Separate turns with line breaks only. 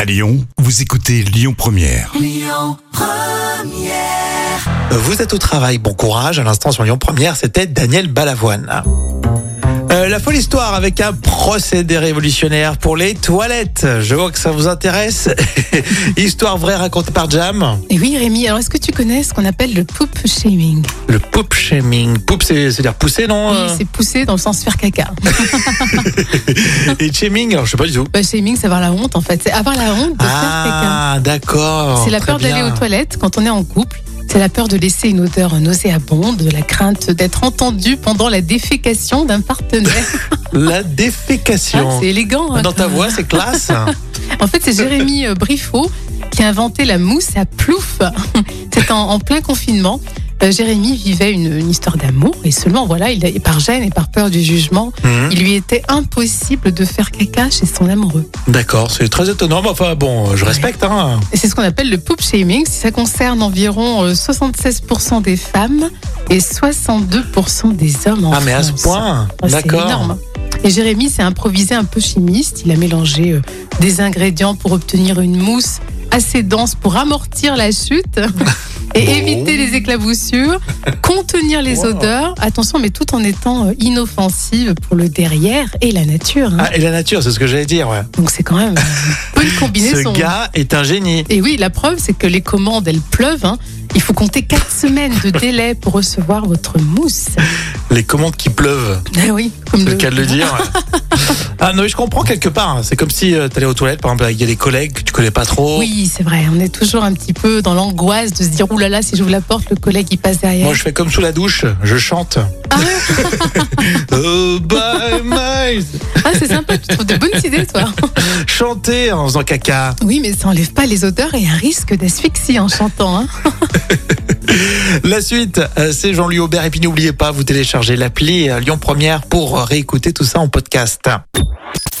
À Lyon, vous écoutez Lyon Première.
Vous êtes au travail, bon courage. À l'instant sur Lyon Première, c'était Daniel Balavoine. Euh, la folle histoire avec un procédé révolutionnaire pour les toilettes. Je vois que ça vous intéresse. histoire vraie racontée par Jam.
Et oui, Rémi, alors est-ce que tu connais ce qu'on appelle le poop shaming
Le poop shaming. Poop, c'est c'est dire pousser, non
Oui, C'est pousser dans le sens faire caca.
euh, Et shaming, alors je sais pas du tout.
Bah, shaming, c'est avoir la honte en fait. C'est avoir la honte de faire caca.
Ah, d'accord.
C'est la
Très
peur d'aller
bien.
aux toilettes quand on est en couple. C'est la peur de laisser une odeur nauséabonde, de la crainte d'être entendu pendant la défécation d'un partenaire.
La
Ah,
défécation.
c'est élégant. hein.
Dans ta voix, c'est classe.
En fait, c'est Jérémy euh, Briffaut qui a inventé la mousse à plouf. C'était en, en plein confinement. Euh, Jérémy vivait une, une histoire d'amour et seulement, voilà, il, a- et par gêne et par peur du jugement,
Mhm.
il lui était impossible de faire caca chez son amoureux.
D'accord, c'est très étonnant. mais Enfin bon, je respecte. Hein.
Et c'est ce qu'on appelle le poop shaming. Ça concerne environ euh, 76% des femmes et 62% des hommes en
ah, mais à ce
France.
point.
Ah, C'est
D'accord.
énorme. Et Jérémy s'est improvisé un peu chimiste. Il a mélangé euh, des ingrédients pour obtenir une mousse assez dense pour amortir la chute et
Bon.
éviter les éclaboussures, contenir les
Wow.
odeurs. Attention, mais tout en étant euh, inoffensive pour le derrière et la nature. hein.
Ah, et la nature, c'est ce que j'allais dire, ouais.
Donc c'est quand même euh, une bonne
Ce
combinaison.
gars est un génie.
Et oui, la preuve, c'est que les commandes, elles pleuvent. hein. Il faut compter 4 semaines de délai pour recevoir votre mousse.
Les commandes qui pleuvent,
Ah oui, comme
Eh c'est le cas de le dire. ah non, mais je comprends quelque part. hein. C'est comme si euh, t'allais aux toilettes, par exemple, il y a des collègues que tu connais pas trop.
Oui, c'est vrai. On est toujours un petit peu dans l'angoisse de se dire oulala, là là, si j'ouvre la porte, le collègue il passe derrière.
Moi, je fais comme sous la douche, je chante. oh, bye, my.
Ah, c'est sympa, tu trouves de bonnes idées, toi.
Chanter en faisant caca.
Oui, mais ça enlève pas les odeurs et un risque d'asphyxie en chantant. Hein.
La suite, euh, c'est Jean-Louis Aubert. Et puis n'oubliez pas, vous téléchargez l'appli euh, Lyon Première pour euh, réécouter tout ça en podcast.